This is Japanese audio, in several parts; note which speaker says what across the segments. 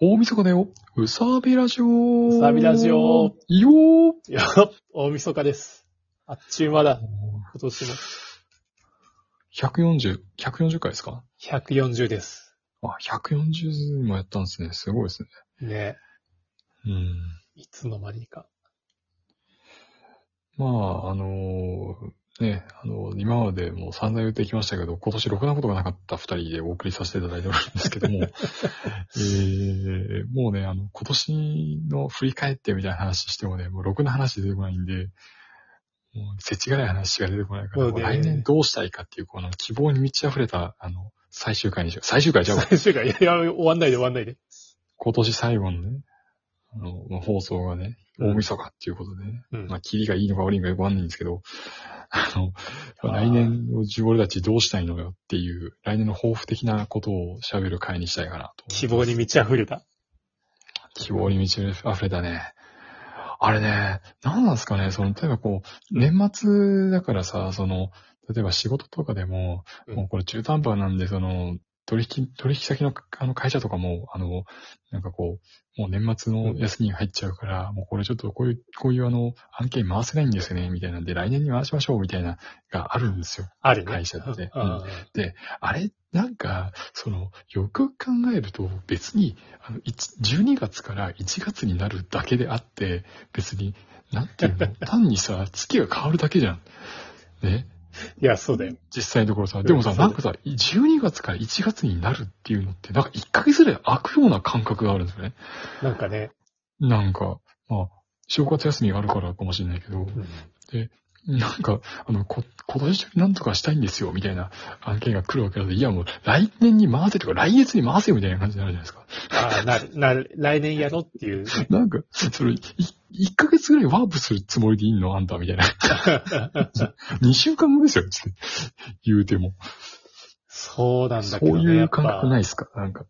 Speaker 1: 大晦日だよ。うさびラジオ。
Speaker 2: うさびラジオ。
Speaker 1: よー。
Speaker 2: いや、大晦日です。あっちゅう間だ。今年も。
Speaker 1: 140、140回ですか
Speaker 2: 140です。
Speaker 1: あ、140もやったんですね。すごいですね。
Speaker 2: ね
Speaker 1: うん。
Speaker 2: いつの間にか。
Speaker 1: まあ、あのーね、あの今までもう散々言ってきましたけど、今年ろくなことがなかった二人でお送りさせていただいておるんですけ ども、えー、もうね、あの、今年の振り返ってみたいな話してもね、もうろくな話出てこないんで、もう、せちがらい話が出てこないから、
Speaker 2: そう
Speaker 1: もう
Speaker 2: ね
Speaker 1: 来年どうしたいかっていう、この希望に満ち溢れた、あの、最終回にしよう。最終回じゃあ
Speaker 2: 最終回、いやいや、終わんないで終わんないで。
Speaker 1: 今年最後のね、あの、まあ放送がね、大晦日っていうことでね、
Speaker 2: うん
Speaker 1: まあ、キリがいいのか悪いのかよくわかんないんですけど、あの、来年の自分俺たちどうしたいのよっていう、来年の抱負的なことを喋る会にしたいかなと。
Speaker 2: 希望に満ち溢れた。
Speaker 1: 希望に満ち溢れたね。あれね、何なんですかね、その、例えばこう、年末だからさ、その、例えば仕事とかでも、
Speaker 2: うん
Speaker 1: もうこれ中途半端なんで、その、取引、取引先のあの会社とかも、あの、なんかこう、もう年末の休みが入っちゃうから、もうこれちょっとこういう、こういうあの、案件回せないんですよね、みたいなんで、来年に回しましょう、みたいな、があるんですよ。
Speaker 2: あるね。
Speaker 1: 会社って
Speaker 2: うん
Speaker 1: うんあれ、なんか、その、よくよく考えると、別に、あの、一12月から1月になるだけであって、別に、なんて いうの、単にさ、月が変わるだけじゃん。ね。
Speaker 2: いや、そうだよ。
Speaker 1: 実際のところさ、でもさ、
Speaker 2: そうだ
Speaker 1: なんかさ、12月から1月になるっていうのって、なんか1ヶ月ぐらい空くような感覚があるんですよね。
Speaker 2: なんかね。
Speaker 1: なんか、まあ、正月休みがあるからかもしれないけど、
Speaker 2: うん
Speaker 1: なんか、あの、こ、今年中になんとかしたいんですよ、みたいな案件が来るわけなので、いやもう来年に回せとか、来月に回せよ、みたいな感じになるじゃないですか。
Speaker 2: ああ、なる、なる、来年やろうっていう。
Speaker 1: なんか、それ、い、1ヶ月ぐらいワープするつもりでいいのあんた、みたいな。2週 間後ですよ、つって言うても。
Speaker 2: そうなんだ
Speaker 1: そ
Speaker 2: けど
Speaker 1: う
Speaker 2: ね。
Speaker 1: い
Speaker 2: や
Speaker 1: う
Speaker 2: っ
Speaker 1: 感覚
Speaker 2: ぱ
Speaker 1: ないですかなんか。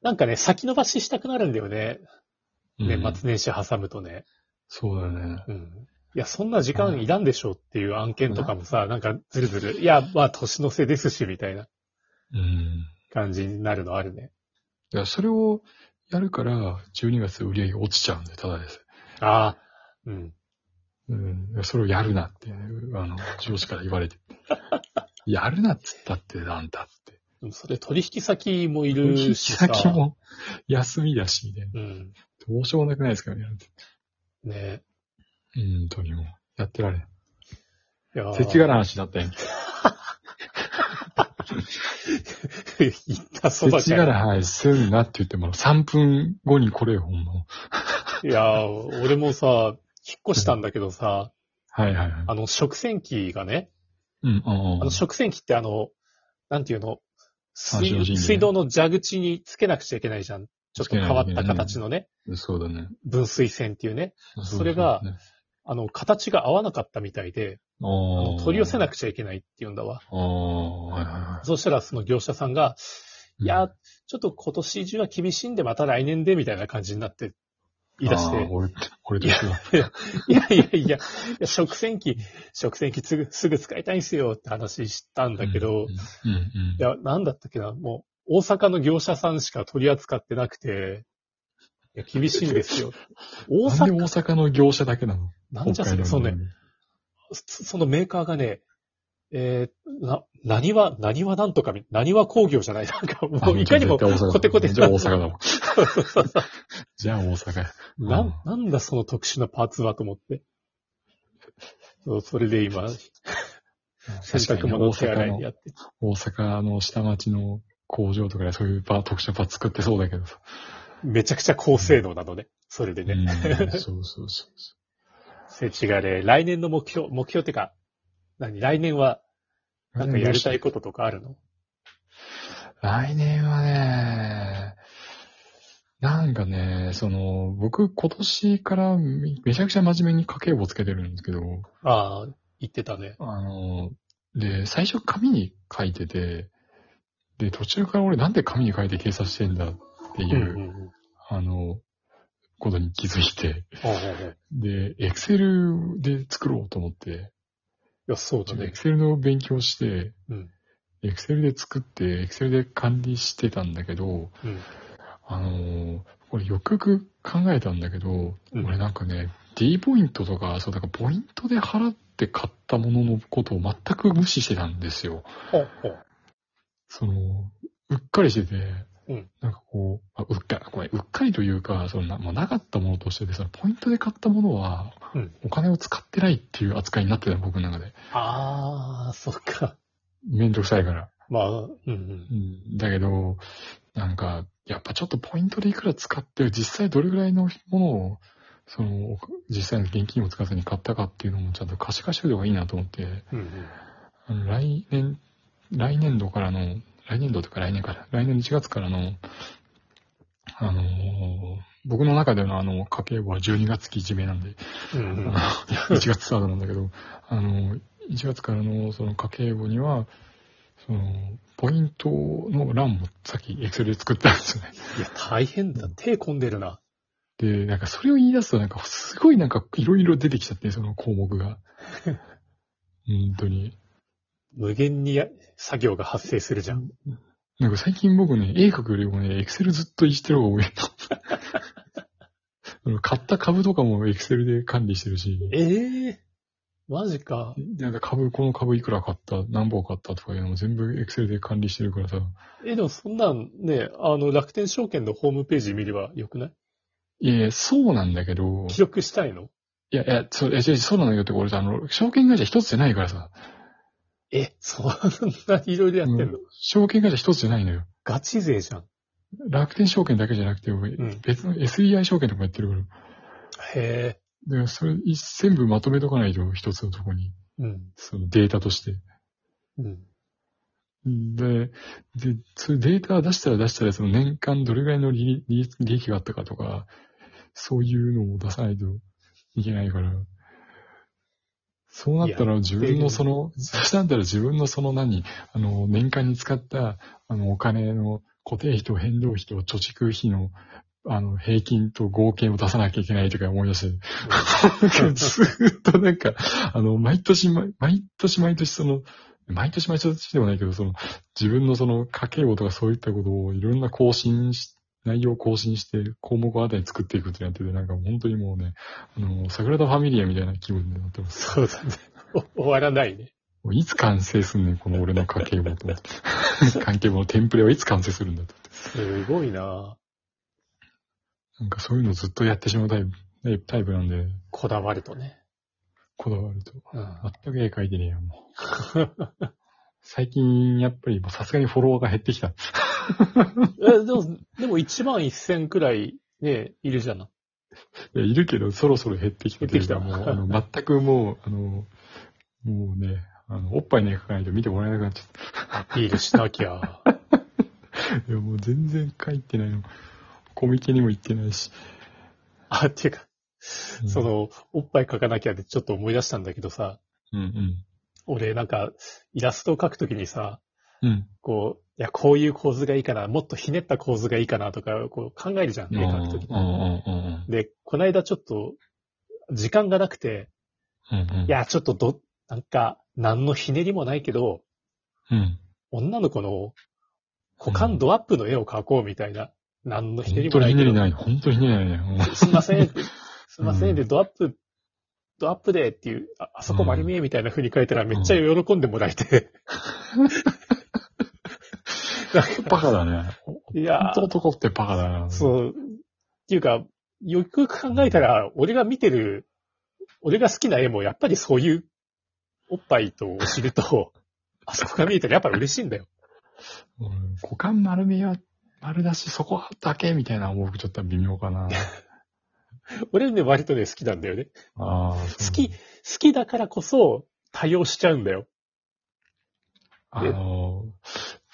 Speaker 2: なんかね、先延ばししたくなるんだよね。
Speaker 1: うん
Speaker 2: 年末年始挟むとね。
Speaker 1: そうだね。
Speaker 2: うんいや、そんな時間いらんでしょうっていう案件とかもさ、なんかずるずる、いや、まあ年の瀬ですし、みたいな
Speaker 1: うん。
Speaker 2: 感じになるのあるね。
Speaker 1: いや、それをやるから、12月売り上げ落ちちゃうんで、ただです。
Speaker 2: ああ、うん。
Speaker 1: うん、それをやるなって、あの、上司から言われて。やるなっつったって、あんたって。
Speaker 2: でもそれ取引先もい
Speaker 1: 取
Speaker 2: る
Speaker 1: 引
Speaker 2: しさ。
Speaker 1: 先も休みだし、みたいな。
Speaker 2: うん。
Speaker 1: どうしようもなくないですかね。
Speaker 2: ね
Speaker 1: うん、とにもう。やってられん。
Speaker 2: いやー
Speaker 1: せち がら話だったやん。
Speaker 2: 言ったそ
Speaker 1: せ
Speaker 2: ば
Speaker 1: ち
Speaker 2: じ
Speaker 1: が
Speaker 2: ゃん。
Speaker 1: ら話するなって言っても、3分後に来れよ、ほんま。
Speaker 2: いやー、俺もさ、引っ越したんだけどさ、
Speaker 1: はいはいはい。
Speaker 2: あの、食洗機がね、
Speaker 1: うん、あ
Speaker 2: あの、食洗機ってあの、なんていうの、
Speaker 1: あ精進
Speaker 2: 水
Speaker 1: ね
Speaker 2: 水道の蛇口につけなくちゃいけないじゃん。ちょっと変わった形のね、
Speaker 1: あ、そうだね。
Speaker 2: 分水栓っていうね。
Speaker 1: そう
Speaker 2: それが
Speaker 1: そうだね、
Speaker 2: あの、形が合わなかったみたいで、
Speaker 1: あ
Speaker 2: あの取り寄せな
Speaker 1: く
Speaker 2: くちゃいけないって言うんだわ。
Speaker 1: ああ、はいはいは
Speaker 2: そうしたらその業者さんが、
Speaker 1: い。
Speaker 2: いや、ちょっと今年中は厳しいんでまた来年でみたいな感じになって言い出し
Speaker 1: あー
Speaker 2: て、
Speaker 1: 俺、俺と一緒だ。
Speaker 2: いやいやいや、いや食洗機、食洗機すぐすぐ使いたいんすよって話したんだけ
Speaker 1: う
Speaker 2: ど、
Speaker 1: ん
Speaker 2: い、
Speaker 1: うんうん。
Speaker 2: や、なんだったっけな、もう大阪の業者さんしか取り扱ってなくて、いや厳しいんですよ。大
Speaker 1: なんで
Speaker 2: 阪、
Speaker 1: 大阪の業者だけなの
Speaker 2: なんじゃそれ、
Speaker 1: 北
Speaker 2: そ
Speaker 1: 海
Speaker 2: の
Speaker 1: 道
Speaker 2: ね、そそのメーカーがね、えー、な、何は、何はなんとかみ、何は工業じゃない、なんか
Speaker 1: あ
Speaker 2: もういかにも、
Speaker 1: じゃあ絶対大阪だ
Speaker 2: コテコテ
Speaker 1: じゃあ大阪だもん。じゃあ大阪。
Speaker 2: な
Speaker 1: うん
Speaker 2: ん、なんだその特殊なパーツはと思って。そうそれで今、洗
Speaker 1: 確か
Speaker 2: 濯
Speaker 1: に
Speaker 2: 物
Speaker 1: 大
Speaker 2: を手洗
Speaker 1: 阪
Speaker 2: いにや
Speaker 1: の、
Speaker 2: って。
Speaker 1: 大阪の下町の工場とかでそういうパー、特殊なパー作ってそうだけどさ。
Speaker 2: めちゃくちゃ高性能なのね。それでね。
Speaker 1: うん そうそうそうそ
Speaker 2: せちがれ、来年の目標、目標ってか、何来年は、
Speaker 1: う。
Speaker 2: なんかやりたいこととかあるの
Speaker 1: 来年はね、なんかね、その、僕今年からめめちゃくちゃ真面目に家計簿つけてるんですけど、
Speaker 2: ああ、言ってたね。
Speaker 1: あの、で、最初紙に書いてて、で、途中から俺なんで紙に書いて計算してんだって
Speaker 2: う
Speaker 1: い
Speaker 2: んうん
Speaker 1: う、
Speaker 2: うん。
Speaker 1: あの、ことに気づいて、
Speaker 2: ほうほうほう
Speaker 1: で、エクセルで作ろうと思って、
Speaker 2: いや、そうだ
Speaker 1: エ
Speaker 2: ね
Speaker 1: ク。セルの勉強して
Speaker 2: うん、
Speaker 1: エクセルで作って、エクセルで管理してたんだけど、
Speaker 2: うん。
Speaker 1: あのーこれよくよく考えたんだけど、
Speaker 2: うん
Speaker 1: 俺なんかね、D ポイントとか、そう、だからポイントで払って買ったもののことを全く無視してたんですよ。
Speaker 2: ほうほう。
Speaker 1: その、うっかりしてて、
Speaker 2: うん
Speaker 1: なんかこう、あうっかり、ごめん、うっかりというか、そのな、もうなかったものとしてで、そのポイントで買ったものは、
Speaker 2: うん
Speaker 1: お金を使ってないっていう扱いになってたの僕の中で。
Speaker 2: ああ、そっか。
Speaker 1: めんどくさいから。
Speaker 2: まあ、うんうん
Speaker 1: う。んだけど、なんか、やっぱちょっとポイントでいくら使って、実際どれぐらいのものを、その、実際の現金を使わずに買ったかっていうのもちゃんと可視化しておいた方がいいなと思って、
Speaker 2: うんうん、
Speaker 1: あの来年、来年度からの、来年度というか来年から、来年の1月からの、あのー僕の中でのあの、家計簿は12月期一名なんで、
Speaker 2: うんうん。
Speaker 1: あの1月スタートなんだけど、あの、1月からのその家計簿には、その、ポイントの欄もさっき Excel で作ったんですよね。
Speaker 2: いや、大変だ。手込んでるな。
Speaker 1: で、なんかそれを言い出すとなんかすごいなんかいろいろ出てきちゃって、その項目が。本当に。
Speaker 2: 無限にや作業が発生するじゃん。
Speaker 1: なんか最近僕ね、絵描くよりもね、Excel ずっといじってる方が多いの。買った株とかも Excel で管理してるし。
Speaker 2: ええマジか。
Speaker 1: なんか株、この株いくら買った、何本買ったとかいうのも全部 Excel で管理してるからさ。
Speaker 2: え、でもそんなんね、あの、楽天証券のホームページ見ればよくない
Speaker 1: いやいや、そうなんだけど、
Speaker 2: 記録したいの
Speaker 1: いやいや、そう、いや違う違うそうなんだけどって、俺さ、あの、証券会社一つじゃないからさ、
Speaker 2: え、そんないろいろやってんの、
Speaker 1: 証券会社一つじゃないのよ。
Speaker 2: ガチ勢じゃん。
Speaker 1: 楽天証券だけじゃなくて、俺
Speaker 2: うん
Speaker 1: 別の SEI 証券とかやってるから。
Speaker 2: へえ。
Speaker 1: だからそれ、い全部まとめとかないと、一つのとこに、
Speaker 2: うん。
Speaker 1: そのデータとして。
Speaker 2: うん。
Speaker 1: で、で、そういうデータ出したら出したら、その年間どれぐらいの利利利益があったかとか、そういうのを出さないといけないから、そうなったら自分のその、そうなったら自分のその何、あの、年間に使った、あの、お金の固定費と変動費と貯蓄費の、あの、平均と合計を出さなきゃいけないとか思い出して、 ずーっとなんか、あの、毎年、毎毎年毎年その、毎年毎年でもないけど、その、自分のその家計簿とかそういったことをいろんな更新し、内容を更新して、項目を新たに作っていくってなってて、なんか本当にもうね、あの、サグラダ・ファミリアみたいな気分になってます。
Speaker 2: そうだね。お終わらないね。
Speaker 1: もういつ完成すんねん、この俺の家計 簿と思って。家計簿のテンプレはいつ完成するんだと。
Speaker 2: すごいな
Speaker 1: なんかそういうのずっとやってしまうタイプ、タイプなんで、
Speaker 2: こだわるとね。
Speaker 1: こだわると。
Speaker 2: うん。
Speaker 1: 全く絵描いてねえや、もう。 最近、やっぱり、さすがにフォロワーが減ってきた。
Speaker 2: え、でも、でも1万1000くらいね、いるじゃない。
Speaker 1: いや、いるけど、そろそろ減ってきたというか。
Speaker 2: 減って
Speaker 1: も
Speaker 2: きた
Speaker 1: う、あの、全くもう、あの、もうね、あの、おっぱいね、描かないと見てもらえなくなっちゃっ
Speaker 2: アピールしなきゃ。
Speaker 1: た。いや、もう全然描いてないの。コミケにも行ってないし。
Speaker 2: あ、っていうか、
Speaker 1: うん
Speaker 2: そ、の、おっぱい描かなきゃでちょっと思い出したんだけどさ、
Speaker 1: うん
Speaker 2: 俺なんか、イラストを描くときにさ、
Speaker 1: うん。うん。
Speaker 2: こう、いや、こういう構図がいいかな、もっとひねった構図がいいかなとか、こう考えるじゃん、絵描くとき
Speaker 1: うんうんうんうん
Speaker 2: で、この間ちょっと、時間がなくて、
Speaker 1: うんうん。
Speaker 2: いや、ちょっとど、なんか、何のひねりもないけど、
Speaker 1: うん。
Speaker 2: 女の子の股間ドアップの絵を描こうみたいな、何のひね
Speaker 1: 本
Speaker 2: り
Speaker 1: 当
Speaker 2: も
Speaker 1: に
Speaker 2: な
Speaker 1: ひ
Speaker 2: い
Speaker 1: ね
Speaker 2: けど
Speaker 1: り、ない。本当にひねりないね。
Speaker 2: すいませ んって、すいませ
Speaker 1: うんん
Speaker 2: で、ドアップ、ドアップでっていう、ああそこ丸見えみたいな風に書いたらめっちゃ喜んでもらえ て。 なんか
Speaker 1: バカだね。
Speaker 2: いや
Speaker 1: 本、当男ってバカだな。う。
Speaker 2: そう、っていうか、よくよく考えたら、俺が見てる、俺が好きな絵もやっぱりそういう、おっぱいとお尻と、 あそこが見えたらやっぱ嬉しいんだよ。
Speaker 1: 股間丸見えは、丸だし、そこだけみたいな、僕ちょっと微妙かな。
Speaker 2: 俺ね、割とね、好きなんだよね。
Speaker 1: ああ、
Speaker 2: 好
Speaker 1: 好
Speaker 2: き、好きだからこそ、多用しちゃうんだよ。
Speaker 1: あの、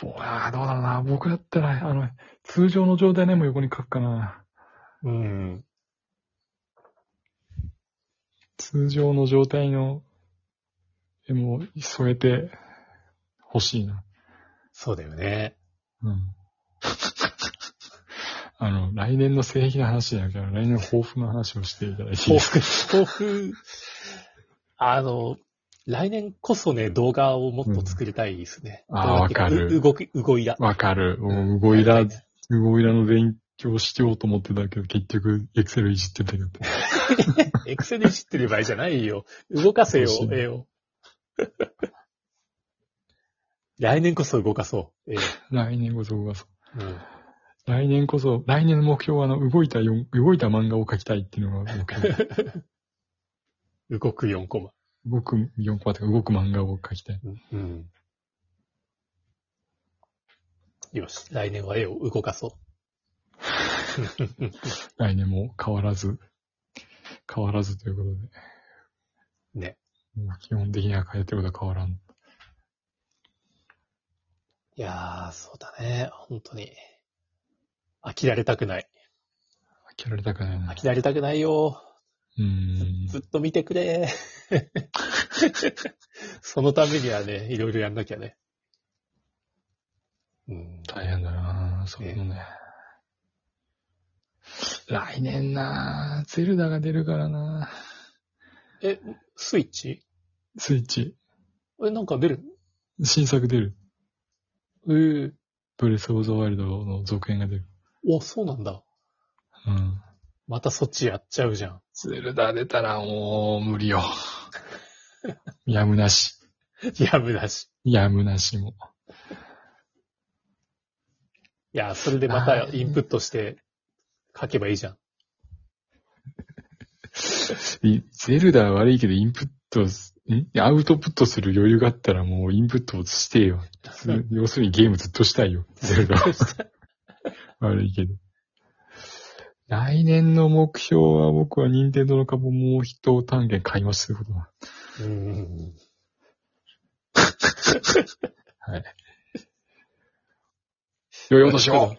Speaker 1: 僕はどうだろうな。僕だったら、あの、通常の状態でも横に書くかな。
Speaker 2: うん。
Speaker 1: 通常の状態の絵も添えて欲しいな。
Speaker 2: そうだよね。
Speaker 1: うん。 あの、来年の正義の話じゃなくて、来年の抱負の話をしていただいていい
Speaker 2: 抱
Speaker 1: ですか
Speaker 2: 負、抱負、あの、来年こそね、動画をもっと作りたいですね。
Speaker 1: うんあー
Speaker 2: 動画ってい
Speaker 1: わかる
Speaker 2: うう動き、動いだ。
Speaker 1: わかる。もう、うごいら、うごいらの勉強しようと思ってたけど、結局、エクセルいじってたけど。
Speaker 2: エクセルいじってる場合じゃないよ。動かせよ
Speaker 1: そう、そう
Speaker 2: 絵を。 来年こそ動かそう。絵を
Speaker 1: 来年こそ動かそう。
Speaker 2: うん
Speaker 1: 来年こそ、来年の目標は、あの、動いた四動いた漫画を描きたいっていうのが目標。
Speaker 2: 動く4コマ。
Speaker 1: 動く4コマとか動く漫画を描きたい。
Speaker 2: うん。よし、来年は絵を動かそう。
Speaker 1: 来年も変わらず、変わらずということで。
Speaker 2: ね。
Speaker 1: もう基本的には変えてることは変わらん。
Speaker 2: いやー、そうだね。本当に。飽きられたくない。
Speaker 1: 飽きられたくないな
Speaker 2: 飽。きられたくないよ。
Speaker 1: うーん。
Speaker 2: ずっと見てくれ。 そのためにはね、いろいろやんなきゃね。うん。
Speaker 1: 大変だなそういうのね。来年なゼルダが出るからな
Speaker 2: え、スイッチ
Speaker 1: スイッチ、
Speaker 2: え、なんか出る
Speaker 1: 新作出る。
Speaker 2: えー、
Speaker 1: ブレス・オブ・ザ・ワイルドの続編が出る。
Speaker 2: お、そうなんだ。
Speaker 1: うん。
Speaker 2: またそっちやっちゃうじゃん。
Speaker 1: ゼルダ出たらもう無理よ。 やむなし。
Speaker 2: やぶだし。
Speaker 1: やむなしも。
Speaker 2: いや、それでまた
Speaker 1: あー
Speaker 2: インプットして書けばいいじゃん。
Speaker 1: いゼルダは悪いけど、インプットす、んアウトプットする余裕があったらもうインプットをしてよ。す要するにゲームずっとしたいよ。ゼルダ は悪いけど。来年の目標は僕は任天堂の株をもう一単元買いますってことだ。
Speaker 2: うん。
Speaker 1: 良いお年を